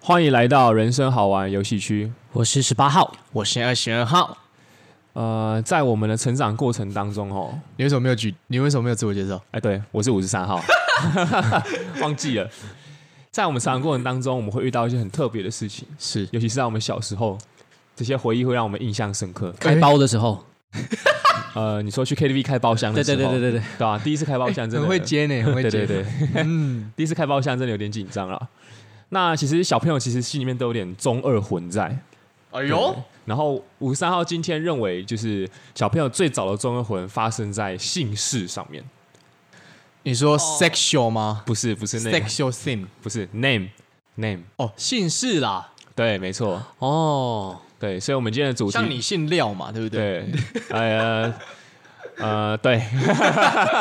欢迎来到人生好玩游戏区。我是十八号，我是二十二号。呃，在我们的成长过程当中，哦，你为什么没有举？你为什么没有自我介绍？哎，对我是五十三号， 忘记了。在我们成长过程当中，我们会遇到一些很特别的事情，是尤其是在我们小时候，这些回忆会让我们印象深刻。开包的时候，呃，你说去 KTV 开包厢的对时对候，对对对对，对啊，第一次开包厢真的 很会接呢，很会对接。对对，嗯 第一次开包厢真的有点紧张了。那其实小朋友其实心里面都有点中二魂在。哎对，然后五十三号今天认为，就是小朋友最早的中二魂发生在姓氏上面，你说 sexual 吗不是不是那个， ？sexual theme 不是 name name，哦，姓氏啦，对，没错，哦，对，所以我们今天的主题，像你姓廖嘛，对不对？对，呃呃，对，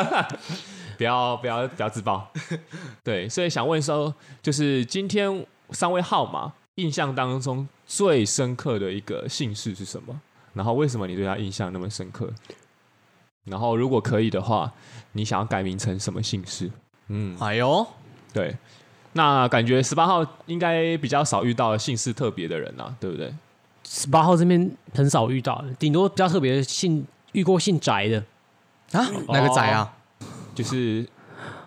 不要不要不要自爆，对，所以想问说，就是今天三位号码印象当中最深刻的一个姓氏是什么？然后为什么你对他印象那么深刻？然后如果可以的话，你想要改名成什么姓氏？嗯，哎呦，对。那感觉十八号应该比较少遇到姓氏特别的人啦、对不对？十八号这边很少遇到，顶多比较特别的姓哦遇过姓翟的，啊，哪个仔啊？就是，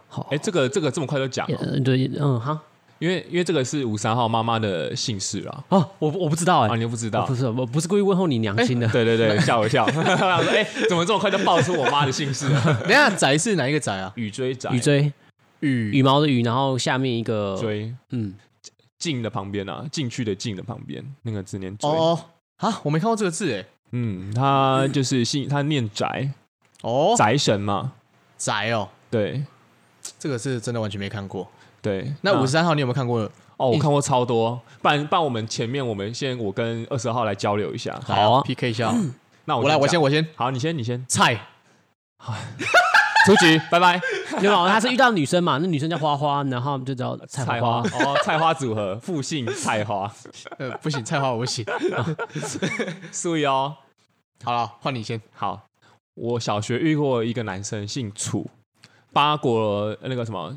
好哎，这个这个这么快就讲了、呃对，嗯哈，因为因为这个是五三号妈妈的姓氏啦，哦，我不我不知道哎、哎啊，你又不知我道不？是我不是故意问候你娘亲的，对对对，吓我一跳！我 说，哎、怎么这么快就爆出我妈的姓氏了？ 等一下仔是哪一个仔啊？雨追仔，羽锥雨羽毛的羽，然后下面一个追嗯， 进的旁边啊，进去的进的旁边那个字念追。哦啊，我没看过这个字哎。嗯，他就是姓，他念宅，哦，宅神嘛。仔哦，对这个是真的完全没看过。对，啊那五十三号你有没有看过？哦，我看过超多。不然不然，我们前面我们先我跟二十号来交流一下。好啊来，PK 一下。那我我来，我讲先，我先。好，你先你先菜 出局，拜拜。对吧？他是遇到女生嘛，那女生叫花花，然后我们就叫呃菜菜花花哦，菜花组合，复姓菜花，呃，不行，菜花我不行。 注意哦。好了，换你先。好，我小学遇过一个男生，姓楚，八国呃那个什么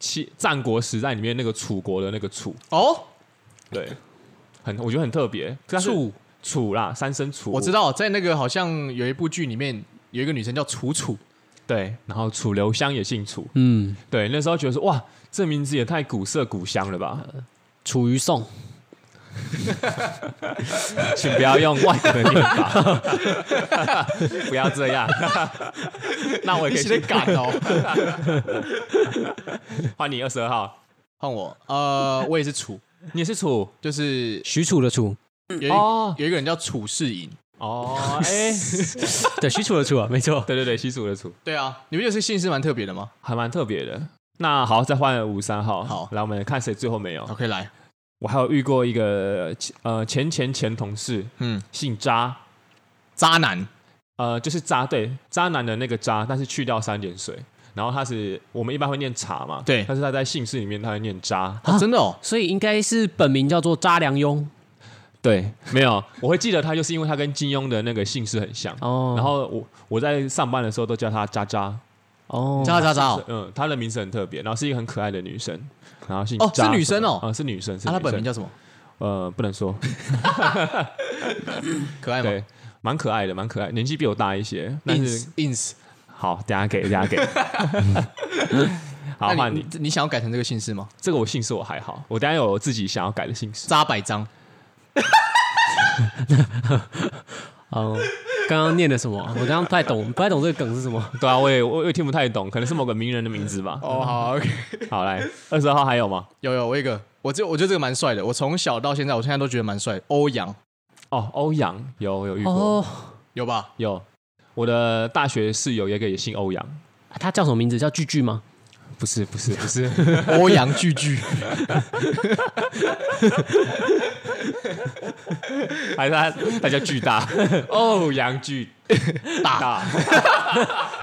七战国时代里面那个楚国的那个楚，哦，对，很我觉得很特别。楚楚啦，三声楚，我知。道，在那个好像有一部剧里面有一个女生叫楚楚，对，然后楚留香也姓楚，嗯，对，那时候觉得说哇，这名字也太古色古香了吧，楚于宋，请不要用外国的念法， 不要这样。那我也可以你写去得敢哦。 换你二十二号，换我，呃，我也是楚，你是楚就是许褚的楚，有一、哦有一个人叫楚世隐，哦，哎、 对，许褚的楚啊，没错。 对对对，西楚的楚。对啊，你不觉得这姓氏蛮特别的吗还蛮特别的。那好，再换五三号，好来我们看谁最后没有。 ？OK，来，我还有遇过一个呃前前前同事，嗯，姓渣，渣男，呃就是渣，对，渣男的那个渣，但是去掉三点水。然后他是我们一般会念茶嘛，对但是他在姓氏里面他会念渣，哦、真的哦，所以应该是本名叫做查良镛对，没有，我会记得他就是因为他跟金庸的那个姓氏很像。哦，然后我我在上班的时候都叫他渣渣，哦，渣渣渣哦，嗯，她的名字很特别，然后是一个很可爱的女生，然后姓哦渣是女生哦啊、是女生，是啊，女生他本名叫什么？呃不能 说，可爱吗对，蛮可爱的，蛮可爱，年纪比我大一些，但是？ins，ins，好，等一下给，等一 下给。好，那换你你。你想要改成这个姓氏吗？这个我姓氏我还好，我等一下有我自己想要改的姓氏。 渣百张，哦，刚刚念的什么？我刚刚不太懂， 不太懂这个梗是什么。对啊，我也我也听不太懂，可能是某个名人的名字吧。哦，好，OK，好，来，二十号还有吗？有有，我有一个，我这我觉得这个蛮帅的，我从小到现在，我现在都觉得蛮帅的，欧阳哦，欧阳有有遇过，哦，有吧？有。我的大学室友有一个也姓欧阳，啊他叫什么名字？叫句句吗？不是不是不是，欧阳巨巨，还是他他叫巨大， 欧阳巨大。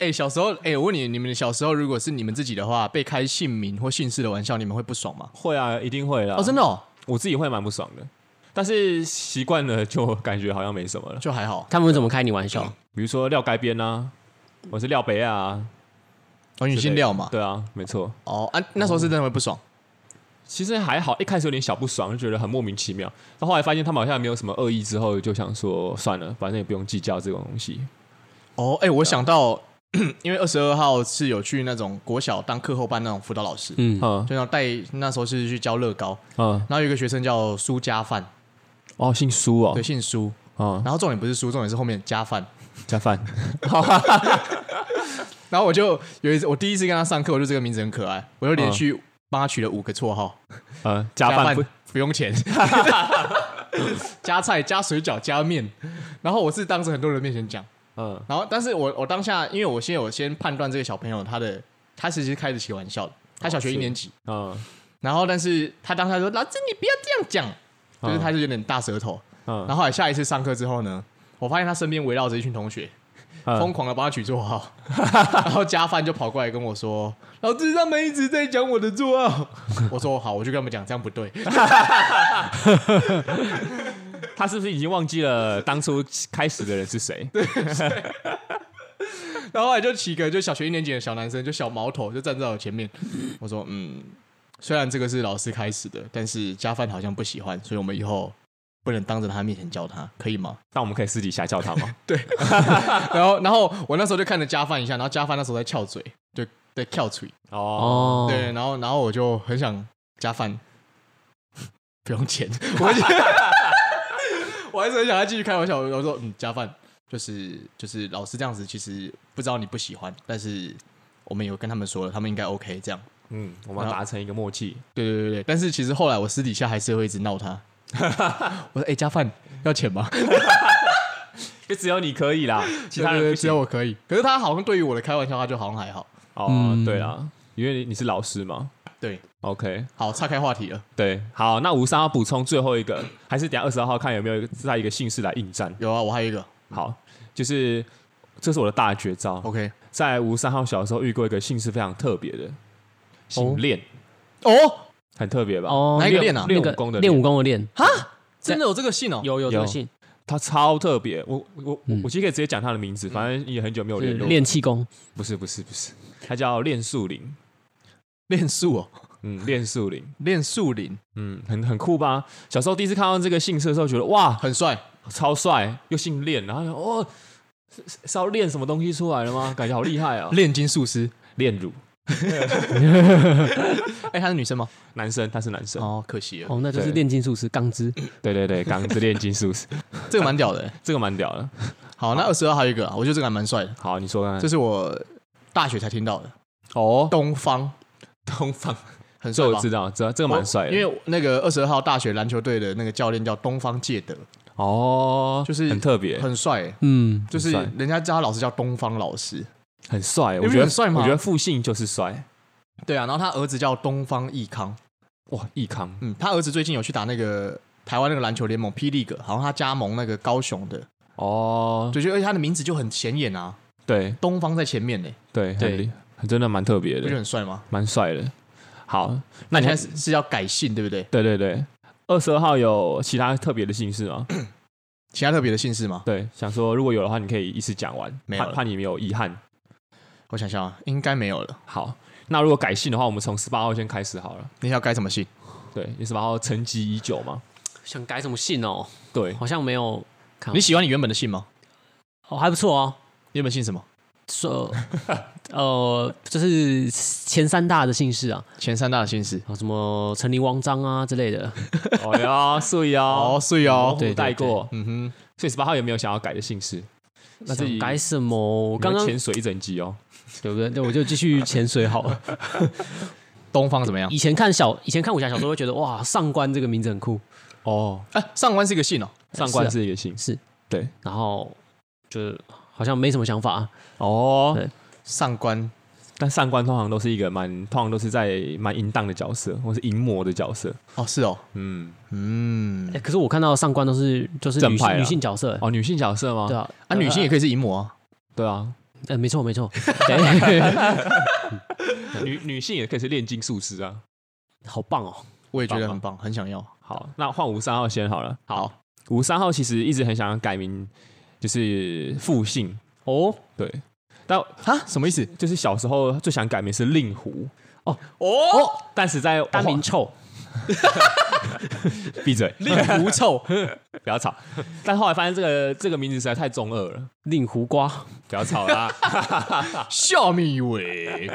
哎、小时候，哎、我问你，你们小时候如果是你们自己的话，被开姓名或姓氏的玩笑，你们会不爽吗？会啊，一定会啦。哦，真的哦，我自己会蛮不爽的，但是习惯了就感觉好像没什么了。就还好。他们会怎么开你玩笑？比如说廖该边啊，我是廖北亚啊，哦，你姓廖嘛？对啊，没错。哦哦，啊，那时候是真的会不爽。其实还好，一开始有点小不爽，就觉得很莫名其妙。但后来发现他们好像没有什么恶意，之后就想说算了，反正也不用计较这种东西。哦，哎、我想到，因为二十二号是有去那种国小当课后班那种辅导老师，嗯，嗯就那种带那时候是去教乐高，嗯，然后有一个学生叫苏家范，哦，姓苏哦对，，姓苏，嗯，然后重点不是苏，重点是后面加范。加饭，然后我就有一次，我第一次跟他上课，我就这个名字很可爱，我就连续帮他取了五个绰号，呃，加饭不，不 用钱，加菜、加水饺、加面。然后我是当着很多人面前讲，嗯然后但是我我当下，因为我先有先判断这个小朋友他的，他其实是开得起玩笑的，他小学一年级，嗯然后但是他当下说：“老师，你不要这样讲。”就是他就有点大舌头。然嗯，后后来下一次上课之后呢，我发现他身边围绕着一群同学，嗯呃疯狂的帮他取绰号， 然后加饭就跑过来跟我说：“老师，他们一直在讲我的绰号。”我说：“好，我就跟他们讲，这样不对。 他是不是已经忘记了当初开始的人是谁？”然后后来就几个就小学一年级的小男生，就小毛头，就站在我前面。我说：“嗯，虽然这个是老师开始的，但是加饭好像不喜欢，所以我们以后不能当着他面前叫他，可以吗但我们可以私底下叫他吗？？”然后，然后我那时候就看着加饭一下，然后加饭那时候在翘嘴，就在翘嘴。 哦，哦，对，然后然后我就很想加饭， 不用 钱，我就我还是很想他继续开玩笑，我说嗯，加饭就是就是老师这样子，其实不知道你不喜欢，但是我们有跟他们说了，他们应该 OK 这样。嗯，我们要达成一个默契。对对对对，但是其实后来我私底下还是会一直闹 他，我说哎、加饭要钱吗？就只有你可以 啦，其他对对人对不只行有。我可以，可是他好像对于我的开玩笑，他就好像还好。哦，嗯对啦，因为你是老师嘛。对， OK，好，岔开话题了。对，好，那吴三要补充最后一个，还是等下二十二号看有没有在一个姓氏来应战。有啊，我还有一个好，就是这是我的大绝招， OK 在吴三号小的时候遇过一个姓氏非常特别的，姓练，哦，很特别吧？哦，哪一个练练啊？练那武功的个练练武功的练，真的有这个信哦？有有这有个姓，他超特别，我我我嗯我其实可以直接讲他的名字，反正也很久没有是联络。练气功，不是不是不是，他叫练树林，练术哦，嗯，练树林，练树林嗯，很很酷吧？小时候第一次看到这个姓氏的时候，觉得哇，很帅。超帅，又姓练，然后想哦，是是要练什么东西出来了吗？感觉好厉害啊！炼金术师。炼乳，哎、她是女生吗？男生，他是男生，哦，可惜了，哦，那就是对炼金术师钢之，对对对，港之炼金术师，这个蛮屌的、欸。这个蛮屌的。好，那二十二还有一个啊，我觉得这个还蛮帅的，好，你说看这看。是我大学才听到的。哦，东方，东方很帅这我吧哦知？道，知道这个蛮帅的，因为那个二十二号大学篮球队的那个教练叫东方介德，哦，就是很特别，很帅欸、嗯，就是很帅人家叫他老师叫东方老师，很帅。不我是觉得很帅吗我觉得复姓就是帅。对啊，然后他儿子叫东方益康，哇，易康，嗯，他儿子最近有去打那个台湾那个篮球联盟 P League，好像他加盟那个高雄的，哦，对，就而且他的名字就很显眼啊，对东方在前面呢、对很对厉很真的蛮特别不就的，很帅吗？蛮帅的。好，那那你你还还是是要改姓对不对？对对对，二十二号有其他特别的姓氏吗？其他特别的姓氏吗？对，想说如果有的话，你可以一次讲完，没有怕了怕你没有遗憾。我想想啊，应该没有了。好，那如果改姓的话，我们从十八号先开始好了。你要改什么姓？对，你十八号沉寂已久嘛？想改什么姓哦， 对，好像没有，你喜欢你原本的姓吗？哦还不错哦，原本姓什么？说呃，就是前三大的姓氏啊，前三大的姓氏。啊什么陈林、王张啊之类的，哦呀，素哦，瑶，睡模哦。糊带过。嗯所以十八号有没有想要改的姓氏？那自己想改什么？我我刚刚潜水一整集哦。对不对？那我就继续潜水好了。哼，东方怎么样？以前看小，以前看武侠小说会觉得哇，上官这个名字很酷，哦，哎、上官是一个姓哦。上官是一个姓，是，对，然后就好像没什么想法、啊。哦对，上官但上官通常都是一个蛮，通常都是在蛮淫荡的角色，或是淫魔的角色。哦，是哦。嗯，嗯哎，，可是我看到上官都是就是正女派性啦女性角色、欸哦，女性角色吗？对啊，啊，女性也可以是淫魔啊。对啊，呃，没错没错，对 女女性也可以是炼金术师啊。好棒哦！我也觉得很棒，很想要。好，那换吴三号先好了。好，五三号其实一直很想要改名，就是复姓，哦对，哈，什么意思？就是小时候最想改名是令狐，哦，但是在单名臭，闭 嘴，令狐臭，不要吵。但后来发现这个这个名字实在太中二了，令狐瓜，不要吵 啦。笑米尾，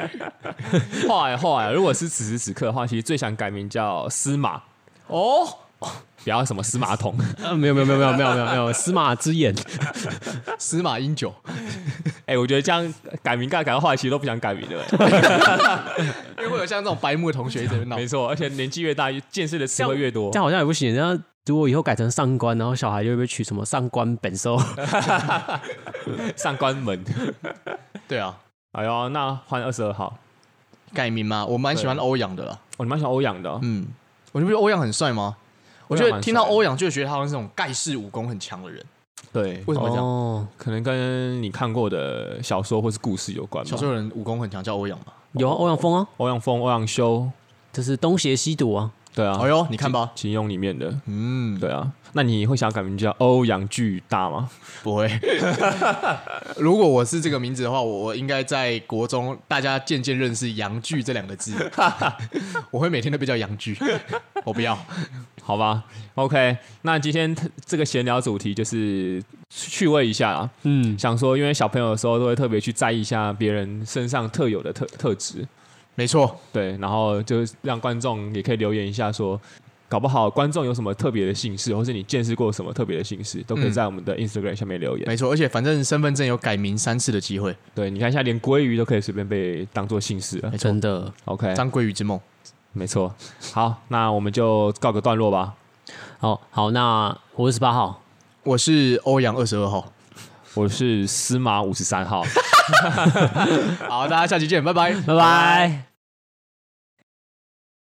后来后来，如果是此时此刻的话，其实最想改名叫司马，哦，不要什么司马 桶，呃，没有没有没有没有没有没有没 有司马之眼，司马英九， 哎、我觉得这样改名改改到后来，其实都不想改名 了、因为会有像这种白目的同学一直在闹没，错，而且年纪越大，见识的词汇越多这。样好像也不行。然后如果以后改成上官，然后小孩就会被取什么上官本寿， 上关门，对啊，哎呦，那换二十二号，改名嘛，我蛮喜欢欧阳的啦，我、哦、你蛮喜欢欧阳的哦、嗯，我就觉得欧阳很帅吗？我觉欧阳蛮得帅的听到欧阳就会觉得他好像是那种盖世武功很强的人，对，为什么会这样？哦，可能跟你看过的小说或是故事有关吧。小时候有人武功很强叫欧阳嘛？有啊欧阳锋啊，欧阳锋、欧阳修，就是东邪西毒啊，对啊，哎呦，你看吧，金庸里面的，嗯，对啊。那你会想改名叫欧阳巨大吗？ 不 会。如果我是这个名字的话，我我应该在国中大家渐渐认识“洋剧”这两个 字，我会每天都被叫洋 剧。我不要，好吧，OK。那今天这个闲聊主题就是趣味一下啊啦，嗯，想说，因为小朋友的时候都会特别去在意一下别人身上特有的特特质，没错，对，然后就让观众也可以留言一下说。搞不好观众有什么特别的姓氏，或是你见识过什么特别的姓氏，都可以嗯在我们的 Instagram 下面留言。没错，而且反正身份证有改名三次的机会。对，你看一下，连鲑鱼都可以随便被当做姓氏了。没错真，的。 OK，张鲑鱼之梦，没错。好，那我们就告个段落吧。好好，那我二十八号，我是欧阳二十二号。我是司马五十三号。好，大家下期见，拜拜，拜拜。